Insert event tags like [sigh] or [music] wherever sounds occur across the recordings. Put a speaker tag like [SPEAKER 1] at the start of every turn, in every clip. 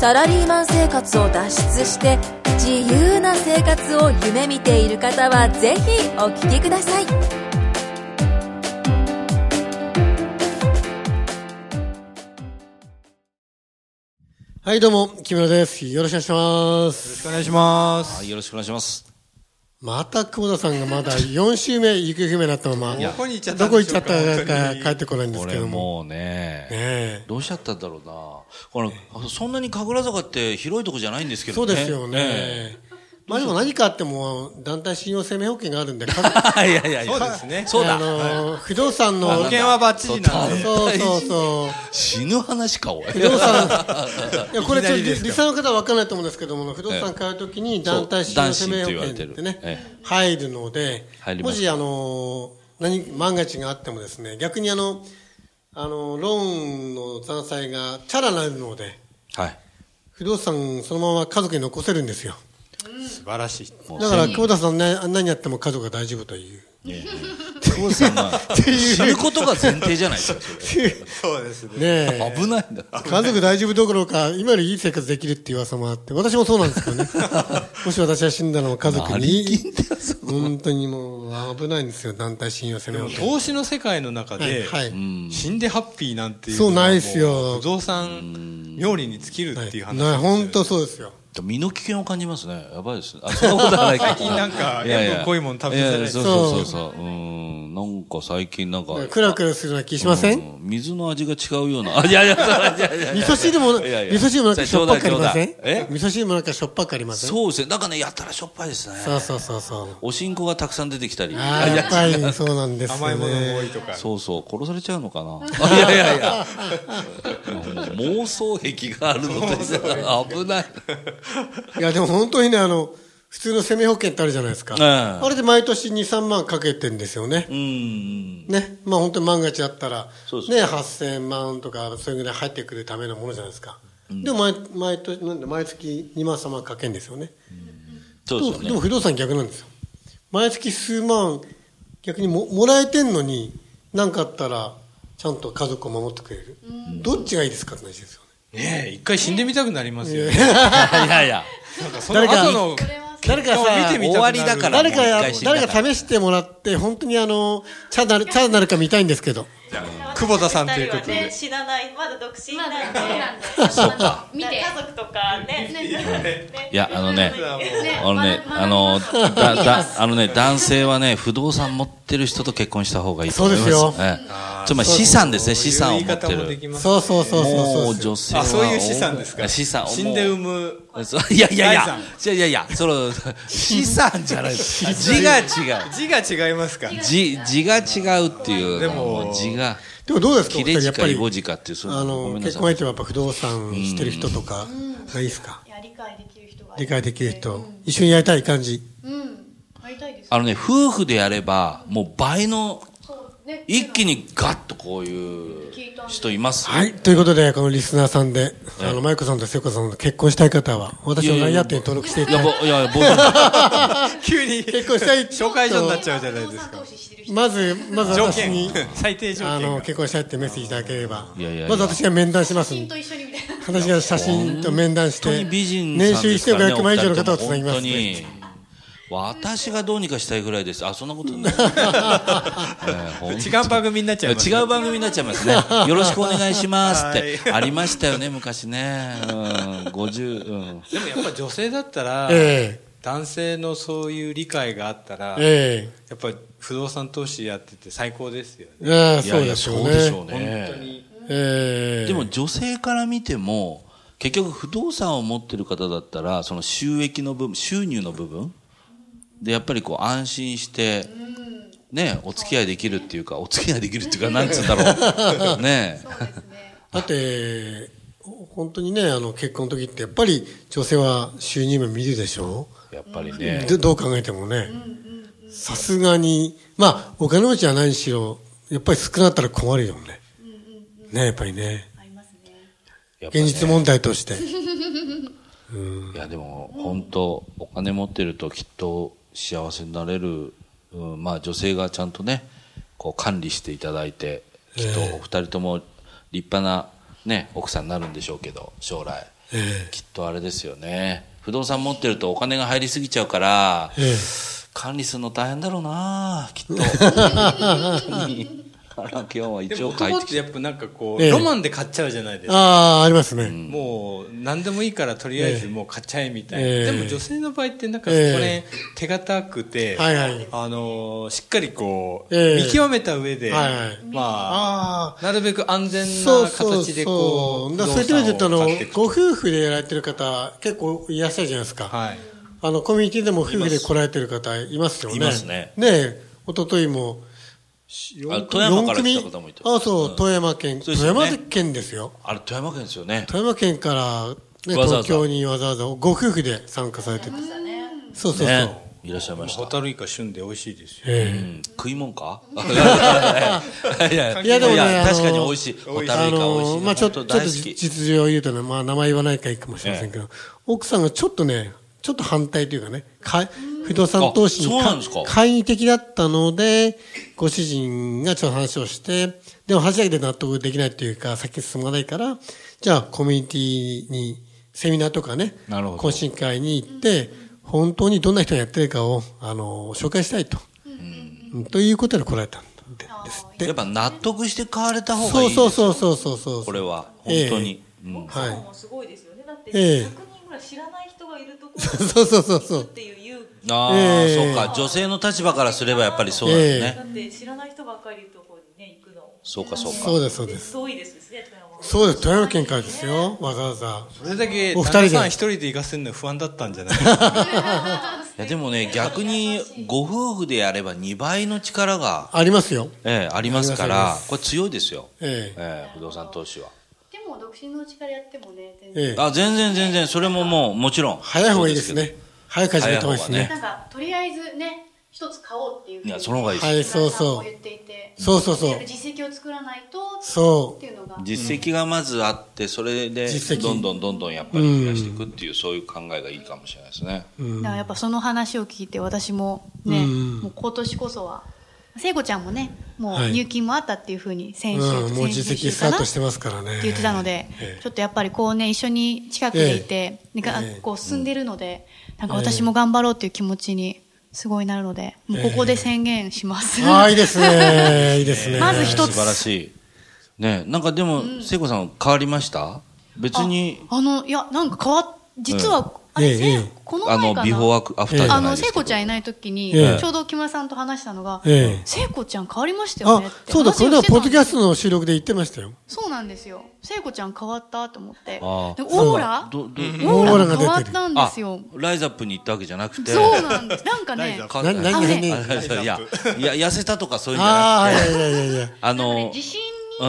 [SPEAKER 1] サラリーマン生活を脱出して自由な生活を夢見ている方はぜひお聞きください
[SPEAKER 2] はい、どうも、木村です。よろしくお願いしま
[SPEAKER 3] よろ
[SPEAKER 2] す。
[SPEAKER 3] しくお願いします。
[SPEAKER 4] はい、よろしくお願いします。
[SPEAKER 2] また久保田さんがまだ4週目、行方不明になったまま、
[SPEAKER 3] どこに行っちゃった
[SPEAKER 2] ど
[SPEAKER 3] んで
[SPEAKER 2] こ
[SPEAKER 3] し
[SPEAKER 2] 行っ
[SPEAKER 3] ょ
[SPEAKER 2] ちゃ
[SPEAKER 3] う
[SPEAKER 2] った
[SPEAKER 3] か本
[SPEAKER 2] か
[SPEAKER 3] 当に
[SPEAKER 2] 帰ってこないんですけ
[SPEAKER 4] 俺
[SPEAKER 2] ども。
[SPEAKER 4] もうね、
[SPEAKER 2] ね
[SPEAKER 4] どうしちゃったんだろうな。これ、あそんなに神楽坂って広いとこじゃないんですけ
[SPEAKER 2] え、
[SPEAKER 4] どね。 [laughs]
[SPEAKER 2] そうですよ
[SPEAKER 4] え
[SPEAKER 2] ね。まあでも何かあっても、団体信用生命保険があるん
[SPEAKER 3] [laughs]
[SPEAKER 2] で、か
[SPEAKER 4] え。いやいやい
[SPEAKER 3] そう
[SPEAKER 4] や。
[SPEAKER 3] ですね。
[SPEAKER 4] そう
[SPEAKER 2] あ
[SPEAKER 4] だ。
[SPEAKER 2] のー、不動産の、
[SPEAKER 3] 保険はバッチリなんで。
[SPEAKER 2] そうそうそう。
[SPEAKER 4] 死ぬ話か、おい。
[SPEAKER 2] 不動産、 [laughs] いやこれちょっと
[SPEAKER 3] いきな
[SPEAKER 2] リ
[SPEAKER 3] りですか
[SPEAKER 2] リサの方は分からないと思うんですけども、不動産買うときに団体信用生命保険って
[SPEAKER 4] そう男信って言われ
[SPEAKER 2] ね
[SPEAKER 4] てるえ、
[SPEAKER 2] 入るので
[SPEAKER 4] 入、りま
[SPEAKER 2] も
[SPEAKER 4] す
[SPEAKER 2] しあの、何、万が一があってもですね、逆にあの、あの、ローンの残債がチャラになるので、
[SPEAKER 4] はい。
[SPEAKER 2] 不動産そのまま家族に残せるんですよ。
[SPEAKER 3] 素晴らしい。
[SPEAKER 4] もう
[SPEAKER 2] だから、
[SPEAKER 4] 千
[SPEAKER 2] 久保田さんね、何やっても家族が大丈夫という。
[SPEAKER 4] 久保田さ
[SPEAKER 2] [laughs]
[SPEAKER 4] んが死ぬことが前提じゃないですか、そ
[SPEAKER 3] そうですね。
[SPEAKER 2] ね
[SPEAKER 4] れ
[SPEAKER 2] え。
[SPEAKER 4] 危ないんだ。
[SPEAKER 2] 家族大丈夫どころか、今よりいい生活できるっていう噂もあって、私もそうなんですけどね。もし私が死んだのは家族
[SPEAKER 4] 成
[SPEAKER 2] に
[SPEAKER 4] り、金ってやつ
[SPEAKER 2] 本当にもう危ないんですよ、団体信用攻めは。
[SPEAKER 3] 投資の世界の中で、
[SPEAKER 2] はい。
[SPEAKER 3] 死んでハッピーなんていう。
[SPEAKER 2] そうないですよ
[SPEAKER 3] 不動産、妙利に尽きるっていう話ですよ
[SPEAKER 2] な
[SPEAKER 3] ね。
[SPEAKER 2] 本当そうですよ。
[SPEAKER 4] 身の危険を感じますね。やばいですね。
[SPEAKER 2] [laughs]
[SPEAKER 4] あ、そんなことはないか。
[SPEAKER 3] 最近なんか塩分濃いもん食べさせられて
[SPEAKER 4] いやいやそうそうそうそう。うん。なんか最近なんか。
[SPEAKER 2] クラクラするような気しません
[SPEAKER 4] うん水の味が違うような。あ、いやいや、そういやいやい
[SPEAKER 2] 味
[SPEAKER 4] や
[SPEAKER 2] 噌汁も、味
[SPEAKER 4] いやいや
[SPEAKER 2] 噌汁もなんかしょっぱくありません
[SPEAKER 4] 冗談冗談え
[SPEAKER 2] 味噌汁もなんかしょっぱくありません
[SPEAKER 4] そうですね。なんかね、やたらしょっぱいですね。
[SPEAKER 2] そうそうそうそう。
[SPEAKER 4] おしんこがたくさん出てきたり。
[SPEAKER 2] ああ、
[SPEAKER 4] いや
[SPEAKER 2] やっぱりそうなんです
[SPEAKER 3] 甘
[SPEAKER 2] よ
[SPEAKER 3] いものも多い
[SPEAKER 2] ね。
[SPEAKER 3] とか。
[SPEAKER 4] そうそう、殺されちゃうのか [laughs] な。いやいやいや。妄想癖があるので、危ない。
[SPEAKER 2] いや、でも本当にね、あの、普通の生命保険ってあるじゃないですか。
[SPEAKER 4] ええ
[SPEAKER 2] あれで毎年2、3万かけてんですよね。
[SPEAKER 4] [laughs] うん。
[SPEAKER 2] ね。まあ本当に万が一あったら、ね、
[SPEAKER 4] そうそう
[SPEAKER 2] 8000万とか、それぐらい入ってくるためのものじゃないですか。でも毎、毎年、なんで毎月2万3万かけんですよね。
[SPEAKER 4] そう
[SPEAKER 2] で
[SPEAKER 4] で
[SPEAKER 2] も
[SPEAKER 4] す
[SPEAKER 2] で
[SPEAKER 4] よ
[SPEAKER 2] も不
[SPEAKER 4] ね。
[SPEAKER 2] 動産逆なんですよ。毎月数万、逆にももらえてんのに、何かあったら、ちゃんと家族を守ってくれる。どっちがいいですかって話ですよ
[SPEAKER 3] ねえ、一回死んでみたくなりますよね。
[SPEAKER 4] いやいや。
[SPEAKER 3] なんかその後の、
[SPEAKER 2] ね。誰か
[SPEAKER 3] さ見てみたくなる終わりだから
[SPEAKER 2] 誰か
[SPEAKER 4] もう一
[SPEAKER 2] や
[SPEAKER 4] 回、死んだ
[SPEAKER 2] 誰
[SPEAKER 4] ら
[SPEAKER 2] か試してもらって、本当にあの、チャなる、チャなるか見たいんですけど。
[SPEAKER 3] 久保田さんということ
[SPEAKER 5] 二人は
[SPEAKER 3] で
[SPEAKER 5] ね、。知らないまだ独身
[SPEAKER 6] ま
[SPEAKER 5] なん
[SPEAKER 6] だ
[SPEAKER 5] で、
[SPEAKER 6] そうな
[SPEAKER 4] そっ
[SPEAKER 6] んだよ。
[SPEAKER 4] か。
[SPEAKER 6] 見て。
[SPEAKER 5] 家族とかねね
[SPEAKER 4] いや、あのね
[SPEAKER 3] 普。段も
[SPEAKER 4] あのね、あの、だ、だ、あのね、男性はね、不動産持ってる人と結婚した方がいいと思います。
[SPEAKER 2] そうですよ
[SPEAKER 4] ええつまり資産ですね、
[SPEAKER 3] そうい
[SPEAKER 4] 資
[SPEAKER 3] う
[SPEAKER 4] 産を
[SPEAKER 3] 言い
[SPEAKER 4] 持って
[SPEAKER 3] 方もで
[SPEAKER 4] る。
[SPEAKER 3] きます
[SPEAKER 2] そうそうそうそう
[SPEAKER 4] も
[SPEAKER 2] そう
[SPEAKER 4] う
[SPEAKER 2] ですよ。
[SPEAKER 4] 女性は。
[SPEAKER 3] あ、そういう資産ですか。
[SPEAKER 4] 資産。
[SPEAKER 3] 死んで産む。
[SPEAKER 4] そういやいやいや
[SPEAKER 3] 財、
[SPEAKER 4] いやいやいや、その、資産じゃないです。字が違う。
[SPEAKER 3] 字が違いますか。
[SPEAKER 4] 字、字が違うっていう。
[SPEAKER 3] でも
[SPEAKER 4] 字が、
[SPEAKER 2] でもどうですかお
[SPEAKER 4] 切
[SPEAKER 2] 二人や
[SPEAKER 4] れ字
[SPEAKER 2] っ
[SPEAKER 4] か
[SPEAKER 2] ぱり
[SPEAKER 4] 囲、碁字かっていう、そ
[SPEAKER 2] あ
[SPEAKER 4] の、
[SPEAKER 2] の、
[SPEAKER 4] ごめんな
[SPEAKER 2] 結
[SPEAKER 4] さ
[SPEAKER 2] 婚相
[SPEAKER 4] い。
[SPEAKER 2] 手はやっぱ不動産してる人とかがいいですか
[SPEAKER 6] いや理解できる人がい
[SPEAKER 2] 理
[SPEAKER 6] る
[SPEAKER 2] 解できる人。一緒にやりたい感じ。
[SPEAKER 6] うん。会いたいです。
[SPEAKER 4] あのね、夫婦でやれば、もう倍の、
[SPEAKER 6] そうね。
[SPEAKER 4] 一気にガッとこういう人いますよ。
[SPEAKER 2] はい。ということで、このリスナーさんで、あの、舞子さんと聖子さんの結婚したい方は、私のラインアップに登録してい
[SPEAKER 4] い
[SPEAKER 2] ただ
[SPEAKER 4] や、
[SPEAKER 2] いて、
[SPEAKER 4] ぼいや、僕も、
[SPEAKER 3] 急に
[SPEAKER 2] 結婚したい
[SPEAKER 3] 紹介状になっちゃうじゃないですか
[SPEAKER 6] 投。資してる人。
[SPEAKER 2] まず、まず
[SPEAKER 3] 条
[SPEAKER 2] 私
[SPEAKER 3] 件
[SPEAKER 2] に、
[SPEAKER 3] 最低条
[SPEAKER 2] あの、
[SPEAKER 3] 件
[SPEAKER 2] 結婚したいってメッセージいただければ
[SPEAKER 4] いやいやい、や
[SPEAKER 2] まず私が面談します
[SPEAKER 6] 写
[SPEAKER 2] ん
[SPEAKER 6] 真
[SPEAKER 2] で。
[SPEAKER 6] と一緒にみたいな。
[SPEAKER 2] 私が写真と面談し
[SPEAKER 4] 本当
[SPEAKER 2] て、
[SPEAKER 4] に美人さん
[SPEAKER 2] 年収
[SPEAKER 4] ですからね
[SPEAKER 2] 1500万以上の方をつなぎます
[SPEAKER 4] お二人とも本当
[SPEAKER 2] んで。
[SPEAKER 4] [laughs] に私がどうにかしたいぐらいです。あ、そんなことない。え [laughs] え本当に
[SPEAKER 3] 違う番組になっちゃいます
[SPEAKER 4] 違う番組になっちゃいますね。よろしくお願いしますって。
[SPEAKER 3] は
[SPEAKER 4] ありましたよね、昔ね。うん、50、うん。
[SPEAKER 3] でもやっぱ女性だったら
[SPEAKER 2] え
[SPEAKER 3] 男性のそういう理解があったら
[SPEAKER 2] え、え
[SPEAKER 3] やっぱ不動産投資やってて最高ですよね
[SPEAKER 2] え、ああ
[SPEAKER 4] い
[SPEAKER 2] そ
[SPEAKER 4] や
[SPEAKER 2] う
[SPEAKER 4] いや、
[SPEAKER 2] ですよ
[SPEAKER 4] そうでしょう
[SPEAKER 2] ね。
[SPEAKER 3] 本当
[SPEAKER 4] ね。
[SPEAKER 3] に
[SPEAKER 2] ええ。
[SPEAKER 4] でも、女性から見ても、結局不動産を持ってる方だったら、その収益の部分、収入の部分で、やっぱりこう安心して、ね、お付き合いできるっていうか、お付き合いできるっていうか、なんつうんだろう。ね
[SPEAKER 2] だって、本当にね、あの、結婚の時って、やっぱり女性は収入面見るでしょ
[SPEAKER 4] やっぱりね。
[SPEAKER 2] どどう考えてもね、さすがに、まあ、お金持ちじゃないにしろ、やっぱり少なかったら困るよね。ね、やっぱりね。
[SPEAKER 6] ありますね。
[SPEAKER 4] やっぱね
[SPEAKER 2] 現実問題として。
[SPEAKER 4] いやでも本当お金持ってるときっと幸せになれる、うん、まあ女性がちゃんとねこう管理していただいてきっとお二人とも立派な、ね、奥さんになるんでしょうけど将来、
[SPEAKER 2] え
[SPEAKER 4] きっとあれですよね不動産持ってるとお金が入りすぎちゃうから、
[SPEAKER 2] ええ
[SPEAKER 4] 管理するの大変だろうなきっ
[SPEAKER 2] [laughs]
[SPEAKER 4] と本当にあら今日は
[SPEAKER 3] で
[SPEAKER 4] 一
[SPEAKER 3] も
[SPEAKER 4] 応帰
[SPEAKER 3] 男
[SPEAKER 4] っ
[SPEAKER 3] ってて
[SPEAKER 4] き
[SPEAKER 3] やっぱなんかこう、
[SPEAKER 2] ええ
[SPEAKER 3] ロマンで買っちゃうじゃないですか。
[SPEAKER 2] ああ、ありますね。
[SPEAKER 3] もう何でもいいからとりあえずもう買っちゃえみたいな、
[SPEAKER 2] ええ
[SPEAKER 3] でも女性の場合ってなんかそこ
[SPEAKER 2] ええ
[SPEAKER 3] ら辺手堅くて、
[SPEAKER 2] はいはい
[SPEAKER 3] あのーしっかりこう、
[SPEAKER 2] ええ
[SPEAKER 3] 見極めた上で、
[SPEAKER 2] はいはい
[SPEAKER 3] まあ
[SPEAKER 2] ああ。
[SPEAKER 3] なるべく安全
[SPEAKER 2] そう
[SPEAKER 3] な
[SPEAKER 2] そう
[SPEAKER 3] 形で
[SPEAKER 2] そ
[SPEAKER 3] こ
[SPEAKER 2] うう。だからそういった意味で言うと、あの、
[SPEAKER 3] 買っていく
[SPEAKER 2] ご夫婦でやられてる方、結構いらっしゃるじゃないですか。
[SPEAKER 3] はい
[SPEAKER 2] あの、コミュニティでも夫婦で来られてる方いますよね。
[SPEAKER 4] いますね
[SPEAKER 2] ねえ、おとといも、
[SPEAKER 4] あ富山から来た
[SPEAKER 2] 四
[SPEAKER 4] 方も
[SPEAKER 2] 組
[SPEAKER 4] いて
[SPEAKER 2] あ、そう、
[SPEAKER 4] ん
[SPEAKER 2] 富山県、
[SPEAKER 4] そ
[SPEAKER 2] 富
[SPEAKER 4] うですよね
[SPEAKER 2] 山県ですよ。
[SPEAKER 4] あれ富山県ですよね
[SPEAKER 2] 富山県から、ね、
[SPEAKER 4] わざわざ
[SPEAKER 2] 東京にわざわざご夫婦で参加されてる。そうそうそう。
[SPEAKER 4] ねいらっしゃいました
[SPEAKER 3] ホタルイカ旬で美味しいですよ
[SPEAKER 4] う
[SPEAKER 2] え
[SPEAKER 4] ん食いもん
[SPEAKER 2] [laughs]
[SPEAKER 4] かいや
[SPEAKER 2] いやでもねあの
[SPEAKER 4] 確かに美味しい。ホ
[SPEAKER 2] え
[SPEAKER 4] タルイカ美味しい。
[SPEAKER 2] まあちょっと、
[SPEAKER 4] 本
[SPEAKER 2] ちょ
[SPEAKER 4] 当
[SPEAKER 2] っと
[SPEAKER 4] 大好
[SPEAKER 2] 実
[SPEAKER 4] き。
[SPEAKER 2] 実情を言うとね、まあ名前言わないからいいかもしれませんけど、奥さんがちょっとね、ちょっと反対というかね、か不動産投資に
[SPEAKER 4] あそうなんですか
[SPEAKER 2] 懐疑的だったので、ご主人がちょっと話をして、でも話だけで納得できないというか、先進まないから、じゃあコミュニティに、セミナーとかね、
[SPEAKER 4] なるほど
[SPEAKER 2] 懇親会に行って、本当にどんな人がやってるかを、あの、紹介したいと。うんということで来られたんでですって
[SPEAKER 4] やっぱ納得して買われた方がいい
[SPEAKER 2] そう
[SPEAKER 4] ですよ。
[SPEAKER 2] そうそうそうそうそう。
[SPEAKER 4] これは、
[SPEAKER 2] ええ
[SPEAKER 4] 本当に。うん
[SPEAKER 5] 奥さんもすごいですよね。だって
[SPEAKER 2] ええ
[SPEAKER 5] 100人ぐらい知らない人がいるところ
[SPEAKER 2] [laughs] そうそうそうそ
[SPEAKER 5] に行くっ
[SPEAKER 2] う。
[SPEAKER 5] ていう勇気。
[SPEAKER 4] あ
[SPEAKER 2] え
[SPEAKER 4] あ、
[SPEAKER 2] え
[SPEAKER 4] そうか。女性の立場からすればやっぱりそうだよ
[SPEAKER 5] だ
[SPEAKER 4] ね。
[SPEAKER 5] って知らない人ばっかりいるところにね行くの。
[SPEAKER 4] そうか、そうか。
[SPEAKER 2] そうですそうです。
[SPEAKER 5] 遠いですね富山は。
[SPEAKER 2] そうです。富山県からですよ。わざわざ。
[SPEAKER 3] それだけ
[SPEAKER 2] お二
[SPEAKER 3] 旦那
[SPEAKER 2] 人
[SPEAKER 3] さ
[SPEAKER 2] で
[SPEAKER 3] ん一人で行かせるの不安だったんじ [laughs] ゃないですか
[SPEAKER 4] いや、でもね、逆に、ご夫婦でやれば2倍の力が、
[SPEAKER 2] ありますよ。
[SPEAKER 4] ええ、ありますか
[SPEAKER 2] あり
[SPEAKER 4] ら
[SPEAKER 2] ま、
[SPEAKER 4] これ強いですよ。
[SPEAKER 2] ええ。
[SPEAKER 4] ええ、不動産投資は。
[SPEAKER 6] でも独身のうちからやってもね、全然。
[SPEAKER 2] ええ。
[SPEAKER 4] あ、全然全然、それももう、もちろん。
[SPEAKER 2] 早い方がいいです
[SPEAKER 4] そうけ
[SPEAKER 2] ね。早く始めた方がいいです
[SPEAKER 4] 早い方
[SPEAKER 2] ね。
[SPEAKER 6] なんかとりあえずね、一つ買おうっていうふ
[SPEAKER 4] ど。
[SPEAKER 6] う
[SPEAKER 4] い
[SPEAKER 6] に
[SPEAKER 4] や、その方がいいで
[SPEAKER 2] は
[SPEAKER 4] す。
[SPEAKER 2] いそうそう
[SPEAKER 6] 皆さんも言っていて、
[SPEAKER 2] そうそうそう
[SPEAKER 6] やっぱ実績を作らないと
[SPEAKER 2] そ
[SPEAKER 6] っていうのが。
[SPEAKER 4] 実績がまずあって、それで
[SPEAKER 2] 実績
[SPEAKER 4] どんどんどんどんやっぱり増やしていくっていう、そういう考えがいいかもしれないですね。
[SPEAKER 2] う。うん
[SPEAKER 6] だからやっぱその話を聞いて私もね、
[SPEAKER 2] うん
[SPEAKER 6] もう今年こそは聖子ちゃんもねも
[SPEAKER 2] は
[SPEAKER 6] う
[SPEAKER 2] い
[SPEAKER 6] 入金もあったっていうふうに先週、
[SPEAKER 2] うん。もう
[SPEAKER 6] 先々
[SPEAKER 2] 実績
[SPEAKER 6] 週
[SPEAKER 2] スタ
[SPEAKER 6] かな
[SPEAKER 2] ートしてますからね。
[SPEAKER 6] って言ってたので、
[SPEAKER 2] ええ
[SPEAKER 6] ちょっとやっぱりこうね一緒に近くでいて、なんか
[SPEAKER 2] ええ
[SPEAKER 6] こう進んでるので、なんか私も頑張ろうっていう気持ちにすごいなるので、もうここで宣言します、
[SPEAKER 2] ああ、いいです
[SPEAKER 6] [laughs]
[SPEAKER 2] ね。いいですね。
[SPEAKER 6] まず一
[SPEAKER 4] 素
[SPEAKER 6] つ
[SPEAKER 4] 晴らしい。ねなんかでも、聖子さん変わりました別に、
[SPEAKER 6] あのいやなんか変わっ実は、あ
[SPEAKER 2] え
[SPEAKER 6] れ、
[SPEAKER 2] え
[SPEAKER 6] せい
[SPEAKER 2] ええ
[SPEAKER 6] この
[SPEAKER 4] あ
[SPEAKER 6] 前
[SPEAKER 4] の
[SPEAKER 6] か、な
[SPEAKER 4] ビフォーアクアフターじゃない
[SPEAKER 6] あの
[SPEAKER 4] ですけ
[SPEAKER 6] 聖
[SPEAKER 4] ど。
[SPEAKER 6] 子ちゃんいない時に、
[SPEAKER 2] ええ
[SPEAKER 6] ちょうど木村さんと話したのが、
[SPEAKER 2] ええ
[SPEAKER 6] 聖子ちゃん変わりましたよね
[SPEAKER 2] あ
[SPEAKER 6] って、
[SPEAKER 2] そうだ、こ
[SPEAKER 6] 話
[SPEAKER 2] れで
[SPEAKER 6] を
[SPEAKER 2] は
[SPEAKER 6] して
[SPEAKER 2] ポッ
[SPEAKER 6] た
[SPEAKER 2] ド
[SPEAKER 6] んで
[SPEAKER 2] キャストの収録で言ってましたよ。
[SPEAKER 6] そうなんですよ聖子ちゃん変わったと思ってで
[SPEAKER 4] ああ
[SPEAKER 6] オーラ
[SPEAKER 4] どど
[SPEAKER 6] オ
[SPEAKER 2] オー
[SPEAKER 6] ー
[SPEAKER 2] ラ
[SPEAKER 6] ラ
[SPEAKER 2] が出て
[SPEAKER 6] が
[SPEAKER 2] る
[SPEAKER 6] 変わったんですよ
[SPEAKER 4] あ、ライザップに行ったわけじゃなくて。
[SPEAKER 6] そうなんですなんかね
[SPEAKER 4] か
[SPEAKER 2] な
[SPEAKER 4] あ
[SPEAKER 2] 何
[SPEAKER 6] が
[SPEAKER 2] ね
[SPEAKER 4] あライザップいや、いや痩せたとかそういうんじゃ
[SPEAKER 2] ああ、
[SPEAKER 4] なくて、
[SPEAKER 2] いやいやいやいや。
[SPEAKER 4] あの、
[SPEAKER 6] 自信
[SPEAKER 4] う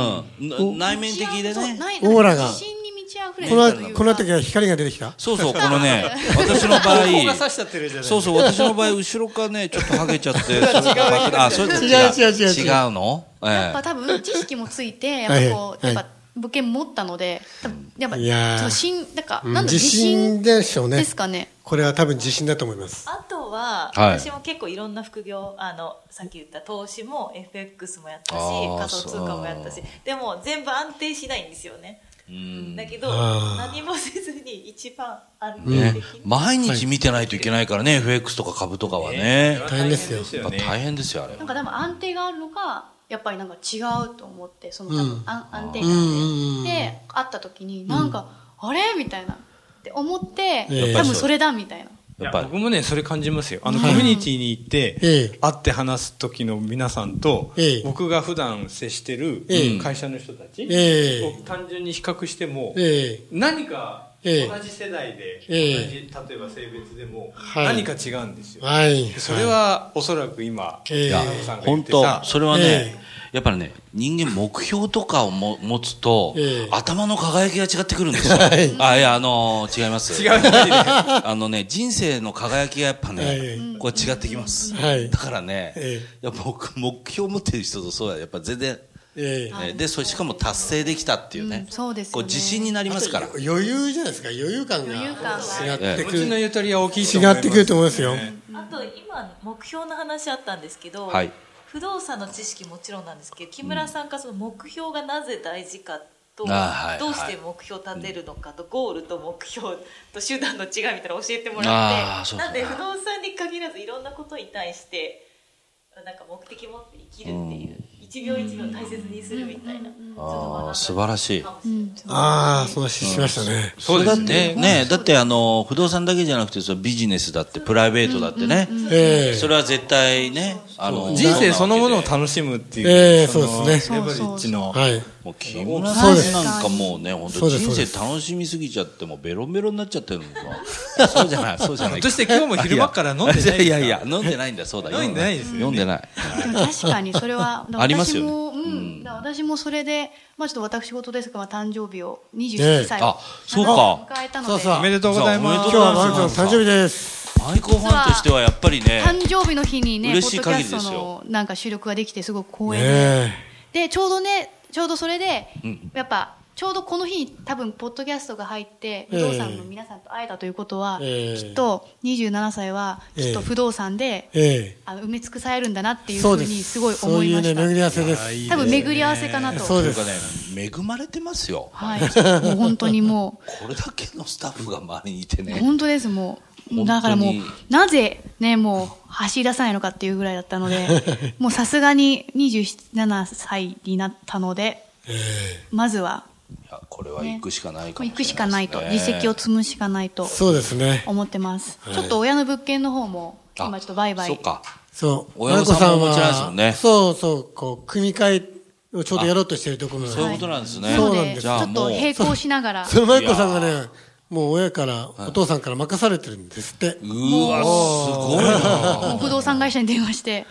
[SPEAKER 4] ん、内面的で
[SPEAKER 6] そう
[SPEAKER 4] ね。
[SPEAKER 6] ない
[SPEAKER 2] オーラが
[SPEAKER 6] 自信に満ち溢れて
[SPEAKER 2] こ
[SPEAKER 6] るとい
[SPEAKER 2] の、
[SPEAKER 6] う
[SPEAKER 2] この時は光が出てきた
[SPEAKER 4] そうそう、この
[SPEAKER 6] [laughs]
[SPEAKER 4] ね、私の場合、
[SPEAKER 3] が刺しちゃってるじゃない
[SPEAKER 4] そうそう、私の場合、後ろからね、ちょっとハゲちゃって、
[SPEAKER 2] [laughs]
[SPEAKER 4] それが爆弾あ、そういうこと
[SPEAKER 2] 違う違う違う違う
[SPEAKER 4] 違うの
[SPEAKER 6] や
[SPEAKER 4] え
[SPEAKER 6] っ
[SPEAKER 4] え
[SPEAKER 6] ぱ多分知識もついてやっぱこう
[SPEAKER 2] はい
[SPEAKER 6] やっぱ物件持ったので多分やっぱ
[SPEAKER 2] いやー
[SPEAKER 6] その信なんか
[SPEAKER 2] うん
[SPEAKER 6] なんだ
[SPEAKER 2] 自
[SPEAKER 6] 自
[SPEAKER 2] 信
[SPEAKER 6] 信
[SPEAKER 2] でしょうね
[SPEAKER 6] で。すかね
[SPEAKER 2] これは多分自信だと思います。
[SPEAKER 5] あとは、
[SPEAKER 4] はい
[SPEAKER 5] 私も結構いろんな副業あのさっき言った投資も FX もやったし
[SPEAKER 4] あー
[SPEAKER 5] 仮想通貨もやったしでも全部安定しないんですよね
[SPEAKER 4] うん
[SPEAKER 5] だけど
[SPEAKER 2] あー
[SPEAKER 5] 何もせずに一番安定
[SPEAKER 4] ね
[SPEAKER 5] 的に、
[SPEAKER 4] 毎日見てないといけないからね、FX とか株とかはね。
[SPEAKER 2] 大変ですよ。
[SPEAKER 4] やっぱ大変ですよ、あれ
[SPEAKER 6] なん。か多分安定があるのかやっぱりなんか違うと思ってその多
[SPEAKER 2] うん
[SPEAKER 6] 分安安定
[SPEAKER 2] うん
[SPEAKER 6] 感
[SPEAKER 2] うんうん。
[SPEAKER 6] で会った時になんか、あれみたいなって思って、
[SPEAKER 2] ええ
[SPEAKER 6] 多分それだみたいな。
[SPEAKER 4] やっぱり
[SPEAKER 3] 僕もね、それ感じますよ。あの、コミュニティに行って、
[SPEAKER 2] ええ
[SPEAKER 3] 会って話す時の皆さんと、
[SPEAKER 2] ええ
[SPEAKER 3] 僕が普段接してる
[SPEAKER 2] ええ
[SPEAKER 3] 会社の人たちを
[SPEAKER 2] ええ
[SPEAKER 3] 単純に比較しても、
[SPEAKER 2] え
[SPEAKER 3] 何か同
[SPEAKER 2] ええ
[SPEAKER 3] じ世代で、
[SPEAKER 2] ええ
[SPEAKER 3] 同じ、例えば性別でも、
[SPEAKER 2] はい
[SPEAKER 3] 何か違うんです
[SPEAKER 2] え
[SPEAKER 3] よ。
[SPEAKER 2] はい。
[SPEAKER 3] それはおそらく今、
[SPEAKER 2] ええ
[SPEAKER 3] いやさんが言
[SPEAKER 4] 本
[SPEAKER 3] ってさ
[SPEAKER 4] 当、それはね
[SPEAKER 2] え、
[SPEAKER 4] やっぱりね、人間目標とかをも持つと、
[SPEAKER 2] ええ
[SPEAKER 4] 頭の輝きが違ってくるんですよ。
[SPEAKER 2] はい
[SPEAKER 4] あ、いや、あのー違います。
[SPEAKER 3] 違う人にね
[SPEAKER 2] [laughs]
[SPEAKER 4] [laughs] あのね、人生の輝きがやっぱね、
[SPEAKER 2] はいはい
[SPEAKER 4] これ違ってきます。
[SPEAKER 2] はい
[SPEAKER 4] だからね、
[SPEAKER 2] え
[SPEAKER 4] やっぱ僕、目標持ってる人とそうや、やっぱ全然、
[SPEAKER 2] ええ
[SPEAKER 4] ねで、それしかも達成できたっていうね、
[SPEAKER 6] うんそうですよね
[SPEAKER 4] こう自信になりますから。
[SPEAKER 2] 余裕じゃないですか余裕感が
[SPEAKER 6] 余裕感が
[SPEAKER 2] 違って
[SPEAKER 3] 気
[SPEAKER 2] く
[SPEAKER 3] 持ちの
[SPEAKER 2] る
[SPEAKER 3] ゆとりは大きいと思い
[SPEAKER 2] 違
[SPEAKER 3] ます
[SPEAKER 2] ってくると思いますよ
[SPEAKER 5] あと今目標の話あったんですけど、
[SPEAKER 4] はい
[SPEAKER 5] 不動産の知識もちろんなんですけど木村さんがその目標がなぜ大事かと、
[SPEAKER 4] あはい
[SPEAKER 5] どうして目標を立てるのかと、ゴールと目標と手段の違いみたいなのを教えてもら
[SPEAKER 4] あー
[SPEAKER 5] って
[SPEAKER 4] そうそう
[SPEAKER 5] なんで不動産に限らずいろんなことに対してなんか目的持って生きるっていう、一秒一秒大切にするみたいな、
[SPEAKER 4] ああ、素晴らしい。
[SPEAKER 6] うんそう
[SPEAKER 2] ああその話しましたね、
[SPEAKER 3] そうですね
[SPEAKER 4] だってね、だってあの、不動産だけじゃなくて、そのビジネスだって、プライベートだってね、
[SPEAKER 2] ええ
[SPEAKER 4] それは絶対ね、あの、
[SPEAKER 3] 人生そのものを
[SPEAKER 4] た
[SPEAKER 3] 楽しむっていう、
[SPEAKER 2] ええ
[SPEAKER 3] の
[SPEAKER 2] そうです
[SPEAKER 6] ね
[SPEAKER 3] レバレッジの
[SPEAKER 2] はい
[SPEAKER 4] もう木村
[SPEAKER 2] そ
[SPEAKER 4] さ
[SPEAKER 2] うで
[SPEAKER 4] ん
[SPEAKER 2] す
[SPEAKER 4] なんかもうね、本
[SPEAKER 2] そう
[SPEAKER 4] 当
[SPEAKER 2] です
[SPEAKER 4] 人生楽しみすぎちゃって、もうベロンベロンになっちゃってるのか。そうじゃない、そうじゃない。
[SPEAKER 3] ひょっとして今日も昼間から飲んでないですか
[SPEAKER 4] いやいやいや、飲んでないんだ、そうだ。
[SPEAKER 3] 飲んでないですよね
[SPEAKER 4] 飲んでない。
[SPEAKER 6] でも確かにそれは
[SPEAKER 4] ありますよね
[SPEAKER 6] 私も、うん、だから私もそれで、まあ、ちょっと私事ですが、まあ、誕生日を
[SPEAKER 2] ええ
[SPEAKER 6] 27歳を
[SPEAKER 4] あ、そうか。
[SPEAKER 6] 迎えたの
[SPEAKER 2] そう
[SPEAKER 6] で、
[SPEAKER 2] そう
[SPEAKER 3] おめでとうございま
[SPEAKER 2] 今
[SPEAKER 3] す
[SPEAKER 2] 日はマンさん誕生日です
[SPEAKER 4] 愛好ファンとしてはやっぱりね、
[SPEAKER 6] 誕生日の日にね、ポ
[SPEAKER 4] 嬉し
[SPEAKER 6] ッ
[SPEAKER 4] い
[SPEAKER 6] ドキ
[SPEAKER 4] 限
[SPEAKER 6] ャ
[SPEAKER 4] り
[SPEAKER 6] ス
[SPEAKER 4] ですよ
[SPEAKER 6] トのなんか収録ができて、すごく光栄で、
[SPEAKER 2] ね
[SPEAKER 6] でちょうどねちょうどそれで、
[SPEAKER 4] ん
[SPEAKER 6] やっぱちょうどこの日に多分ポッドキャストが入って不動産の皆さんと会えたということは、
[SPEAKER 2] ええ
[SPEAKER 6] きっと27歳はきっと不動産で、
[SPEAKER 2] ええ
[SPEAKER 6] あの埋め尽くされるんだなって
[SPEAKER 2] え
[SPEAKER 6] いうふ
[SPEAKER 2] そう
[SPEAKER 6] う
[SPEAKER 2] で
[SPEAKER 6] に
[SPEAKER 2] す
[SPEAKER 6] すごい思いま
[SPEAKER 2] そうい
[SPEAKER 6] し
[SPEAKER 2] う
[SPEAKER 6] た、
[SPEAKER 2] ね巡り合わせです
[SPEAKER 6] 多分巡り合わせかなと
[SPEAKER 2] そう
[SPEAKER 4] とい
[SPEAKER 2] で
[SPEAKER 4] う
[SPEAKER 2] す
[SPEAKER 4] かね、恵まれてますよ。
[SPEAKER 6] はい、もう本当にも
[SPEAKER 4] これだけのスタッフが周りにいて
[SPEAKER 6] う
[SPEAKER 4] ね。
[SPEAKER 6] 本当ですもうだからもう
[SPEAKER 4] 本当に
[SPEAKER 6] なぜねもう走り出さないのかっていうぐらいだったので
[SPEAKER 4] [laughs]
[SPEAKER 6] もうさすがに27歳になったのでまずはい
[SPEAKER 4] やこれは行くしかないかも
[SPEAKER 6] 行くしかないと、
[SPEAKER 4] れです
[SPEAKER 6] 実
[SPEAKER 4] ね
[SPEAKER 6] 績を積むしかないと
[SPEAKER 2] そうですね
[SPEAKER 6] 思ってます、ちょっと親の物件の方も
[SPEAKER 4] あ
[SPEAKER 6] 今ちょっと売買
[SPEAKER 4] そっか。
[SPEAKER 2] そう
[SPEAKER 4] 親御さんもお持ちなんですもんね
[SPEAKER 2] そうそうこう組み替えをちょうどやろうとしているところなんで
[SPEAKER 4] そういうことなんですね。
[SPEAKER 6] なの
[SPEAKER 2] そうなん
[SPEAKER 6] で
[SPEAKER 2] です
[SPEAKER 6] ちょっと並行しながら
[SPEAKER 2] そのマイコさんがねもう親からお父さんから任されてるんですって
[SPEAKER 4] うわ、すごいな。
[SPEAKER 6] もう不動産会社に電話して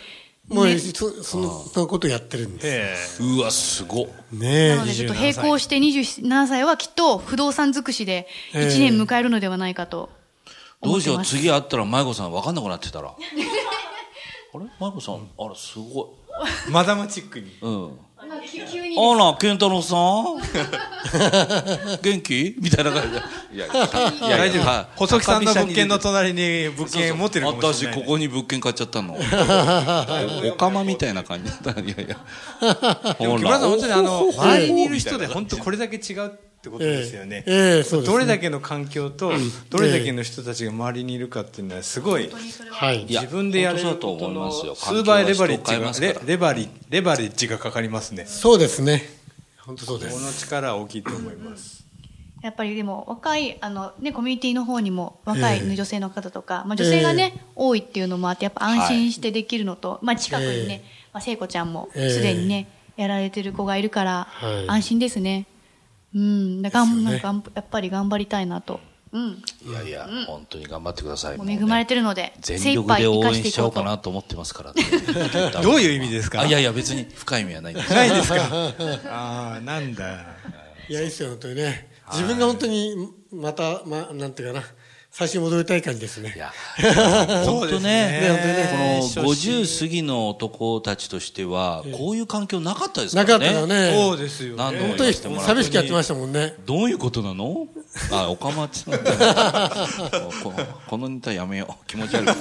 [SPEAKER 2] もうそそのそのことをやってるんです
[SPEAKER 4] うわ、すご。
[SPEAKER 2] ね
[SPEAKER 6] なのでちょっと並行して27歳はきっと不動産尽くしで1年迎えるのではないかと
[SPEAKER 4] ど
[SPEAKER 6] 思
[SPEAKER 4] う
[SPEAKER 6] っ
[SPEAKER 4] してよう、
[SPEAKER 6] ます、
[SPEAKER 4] 次会ったら舞子さん分かんなくなって
[SPEAKER 3] [laughs]
[SPEAKER 4] たら。あれ舞子さん、あら、すご
[SPEAKER 3] マダムチックに
[SPEAKER 4] い。うん。
[SPEAKER 6] 急に
[SPEAKER 4] あら、健太郎さん元気みたいな感じで。いや、いや
[SPEAKER 3] 大丈夫
[SPEAKER 4] はい
[SPEAKER 3] 細木さんの物件の
[SPEAKER 4] 高飛
[SPEAKER 3] 隣に物件持ってるかもしれない
[SPEAKER 4] 私、ここに物件買っちゃった
[SPEAKER 3] [laughs]
[SPEAKER 4] の。おかまみたいな感じだった。いやいや。
[SPEAKER 3] でも木村さん本当にあの周りにいる人で本当これだけ違うってことですよね、
[SPEAKER 2] ええええそうですね
[SPEAKER 3] どれだけの環境とどれだけの人たちが周りにいるかっていうのはすごい
[SPEAKER 2] はい
[SPEAKER 4] いや
[SPEAKER 3] 自分でやれること
[SPEAKER 4] 本当そうだと思い
[SPEAKER 3] の
[SPEAKER 4] ますよ
[SPEAKER 3] 数倍レバレッジ
[SPEAKER 4] 環境は人を変
[SPEAKER 3] が
[SPEAKER 4] えますから
[SPEAKER 3] レレバリレバレッジがかかりますね
[SPEAKER 2] そうですね本当そうで
[SPEAKER 3] こ
[SPEAKER 2] す
[SPEAKER 3] の力は大きいと思います
[SPEAKER 6] やっぱりでも若いあの、ね、コミュニティの方にも若い女性の方とか、まあ、女性が、ね多いっていうのもあってやっぱ安心してできるのと、まあ、近くにね、まあ、聖子ちゃんも
[SPEAKER 2] ええ
[SPEAKER 6] すでにね、やられてる子がいるから
[SPEAKER 2] はい
[SPEAKER 6] 安心ですね、うんだから
[SPEAKER 2] ですよね
[SPEAKER 6] なんかやっぱり頑張りたいなと、うん、
[SPEAKER 4] いやいや、本当に頑張ってください。
[SPEAKER 6] もう恵まれてるので精
[SPEAKER 4] 全
[SPEAKER 6] 一
[SPEAKER 4] 力
[SPEAKER 6] 杯
[SPEAKER 4] で
[SPEAKER 6] 生
[SPEAKER 4] 応
[SPEAKER 6] か
[SPEAKER 4] 援
[SPEAKER 6] してい
[SPEAKER 4] しちゃ
[SPEAKER 6] こ
[SPEAKER 4] お
[SPEAKER 6] う
[SPEAKER 4] うか
[SPEAKER 6] と
[SPEAKER 4] なと思ってますからね。
[SPEAKER 3] [laughs] どういう意味ですか
[SPEAKER 4] あいやいや、別に深い意味はないんです
[SPEAKER 3] ないですか [laughs] ああなんだ
[SPEAKER 2] いやいいっすよ本当にね自分が本当にまたまなんていうかな最初に戻りたい感じですね
[SPEAKER 4] いや、
[SPEAKER 3] [laughs] そ
[SPEAKER 4] 本
[SPEAKER 3] うで
[SPEAKER 4] 当
[SPEAKER 3] す
[SPEAKER 4] ね
[SPEAKER 3] ねね本当にね、
[SPEAKER 4] この50過ぎの男たちとしては、こういう環境なかったですか
[SPEAKER 2] なからったら
[SPEAKER 4] ね。
[SPEAKER 2] ね
[SPEAKER 3] そうですよね
[SPEAKER 4] なんで
[SPEAKER 2] 本当に寂しくやってましたもんね
[SPEAKER 4] どういうことなのあ、おかまち
[SPEAKER 3] [laughs]
[SPEAKER 4] なんだここのネタやめよう。気持ち悪い。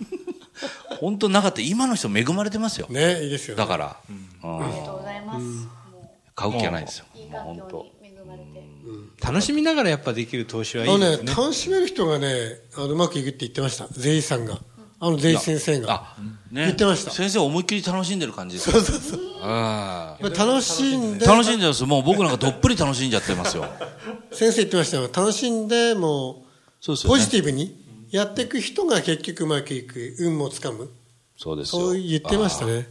[SPEAKER 4] [laughs] 本当なかった。今の人恵まれてますよ。
[SPEAKER 2] ねいいですよね
[SPEAKER 4] だから、うん
[SPEAKER 6] ありがとうございます、も
[SPEAKER 4] 買う気はないですよ。
[SPEAKER 6] ういい
[SPEAKER 4] もう
[SPEAKER 6] 環
[SPEAKER 4] 本
[SPEAKER 6] 境
[SPEAKER 4] 当。
[SPEAKER 6] に恵まれて
[SPEAKER 3] 楽しみながらやっぱできる投資はい
[SPEAKER 2] あの
[SPEAKER 3] い
[SPEAKER 2] ね
[SPEAKER 3] ですね
[SPEAKER 2] 楽しめる人がねあのうまくいくって言ってました税理士さんがあの税理士先生が
[SPEAKER 4] あ、ね。
[SPEAKER 2] 言ってました
[SPEAKER 4] 先生思いっきり楽しんでる感じですそうそうそう。あ
[SPEAKER 2] まあ楽しんで
[SPEAKER 4] ー楽しんでます。もう僕なんかどっぷり楽しんじゃってますよ。
[SPEAKER 2] 先生言ってましたよ楽しんでも
[SPEAKER 4] そうです
[SPEAKER 2] う
[SPEAKER 4] よ
[SPEAKER 2] ポ
[SPEAKER 4] ね
[SPEAKER 2] ジティブにやっていく人が結局うまくいく運もつかむ
[SPEAKER 4] そうですよ。
[SPEAKER 2] そう言ってましたね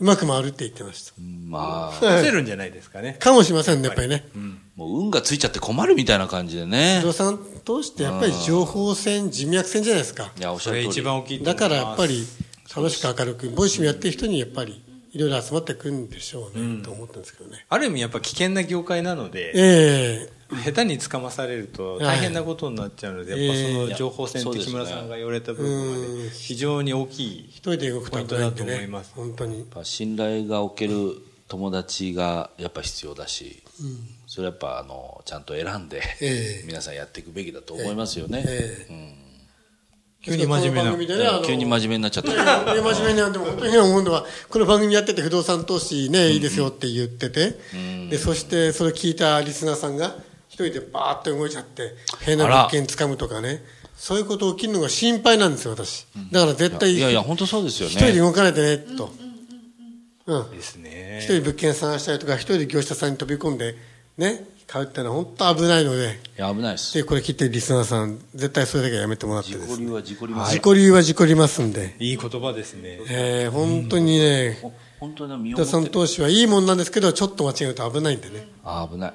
[SPEAKER 2] うまく回るって言ってました
[SPEAKER 4] まあ、
[SPEAKER 3] 出せるんじゃないですかね
[SPEAKER 2] かもしれませんねやっぱりね
[SPEAKER 4] もう運がついちゃって困るみたいな感じでね
[SPEAKER 2] 不。動産通してやっぱり情報戦人脈戦じゃないですか
[SPEAKER 4] いや、おっし
[SPEAKER 3] そ
[SPEAKER 4] ゃる
[SPEAKER 3] れ一
[SPEAKER 4] 通り。
[SPEAKER 3] 番大きいと思いま
[SPEAKER 2] だか
[SPEAKER 3] す
[SPEAKER 2] らやっぱり楽しく明るくボイシーもやってる人にやっぱりいいろいろ集まってくるんでしょうね、と思ったんですけどね。
[SPEAKER 3] ある意味やっぱ危険な業界なので、
[SPEAKER 2] え
[SPEAKER 3] 下手に捕まされると大変なことになっちゃうので、
[SPEAKER 2] はい
[SPEAKER 3] やっぱそ
[SPEAKER 2] え
[SPEAKER 3] の
[SPEAKER 2] え
[SPEAKER 3] 情報戦っ
[SPEAKER 4] そう
[SPEAKER 3] て
[SPEAKER 4] です
[SPEAKER 3] 木
[SPEAKER 4] ね
[SPEAKER 3] 村さんが言われた部分ま
[SPEAKER 2] うん
[SPEAKER 3] で非常に大きい
[SPEAKER 2] 一。人で動くと危ないんで
[SPEAKER 3] ポイントだと思
[SPEAKER 2] ね
[SPEAKER 3] います
[SPEAKER 2] 本当に。
[SPEAKER 4] ぱ信頼がおける友達がやっぱ必要だし、それやっぱあのちゃんと選んで、
[SPEAKER 2] ええ
[SPEAKER 4] 皆さんやっていくべきだと思いますよね、
[SPEAKER 2] ええ
[SPEAKER 3] 急に真面目な
[SPEAKER 2] この番組でねあの
[SPEAKER 4] 急に真面目になっちゃった、
[SPEAKER 2] で真面目にやっても本当に思うのはこの番組やってて不動産投資ねいいですよって言ってて、でそしてそれ聞いたリスナーさんが一人でバーッと動いちゃって変な
[SPEAKER 4] あら
[SPEAKER 2] 物件掴むとかねそういうこと起きるのが心配なんですよ私だから絶対
[SPEAKER 4] いやいや本当そうですよ
[SPEAKER 2] 一人で
[SPEAKER 4] ね
[SPEAKER 2] 動かないでねとうん
[SPEAKER 3] です
[SPEAKER 2] 一
[SPEAKER 3] ね。
[SPEAKER 2] 人物件探したりとか一人で業者さんに飛び込んでね買うってのは本当危ないので
[SPEAKER 4] いや危ないです
[SPEAKER 2] でこれ聞いてるリスナーさん絶対それだけはやめてもらって
[SPEAKER 4] 自
[SPEAKER 2] で
[SPEAKER 4] 己
[SPEAKER 2] す
[SPEAKER 4] 流
[SPEAKER 2] ね
[SPEAKER 4] は自己流は
[SPEAKER 2] 自己流は自己流ますんで、
[SPEAKER 3] いい言葉ですね。
[SPEAKER 2] えー本当にね、
[SPEAKER 4] お本当に身を
[SPEAKER 2] 北
[SPEAKER 4] も
[SPEAKER 2] さ
[SPEAKER 4] っ
[SPEAKER 2] ん
[SPEAKER 4] てる
[SPEAKER 2] 投資はいいもんなんですけど、ちょっと間違えると危ないんでね。
[SPEAKER 4] あ危ない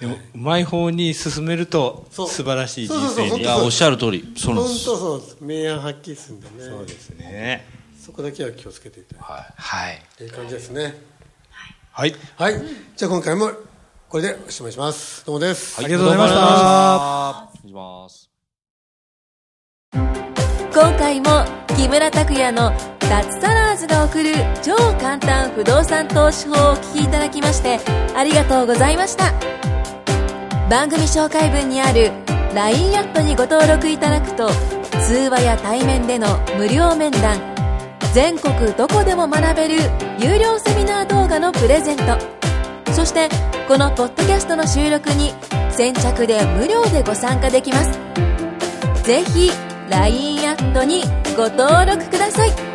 [SPEAKER 3] でもうまい方に進めると
[SPEAKER 2] そう
[SPEAKER 3] 素晴らしい人
[SPEAKER 2] そうそう
[SPEAKER 3] 生
[SPEAKER 2] そう
[SPEAKER 4] い
[SPEAKER 3] に
[SPEAKER 4] やおっしゃる通りそう
[SPEAKER 2] 本
[SPEAKER 4] な
[SPEAKER 2] 当
[SPEAKER 4] んです
[SPEAKER 2] そうです。明暗はっきりするんでね。
[SPEAKER 3] そうですね。
[SPEAKER 2] そこだけは気をつけていただい
[SPEAKER 4] はい、はい、
[SPEAKER 2] てという感じですね。
[SPEAKER 3] はい。
[SPEAKER 2] はい。じゃあ今回もこれでおしまいします。どうもです。
[SPEAKER 3] ありがとうございました。
[SPEAKER 4] 失礼します
[SPEAKER 1] 今回も木村拓哉の脱サラーズが送る超簡単不動産投資法をお聞きいただきましてありがとうございました番組紹介文にある LINE アットにご登録いただくと通話や対面での無料面談全国どこでも学べる有料セミナー動画のプレゼントそしてこのポッドキャストの収録に先着で無料でご参加できますぜひ LINE アットにご登録ください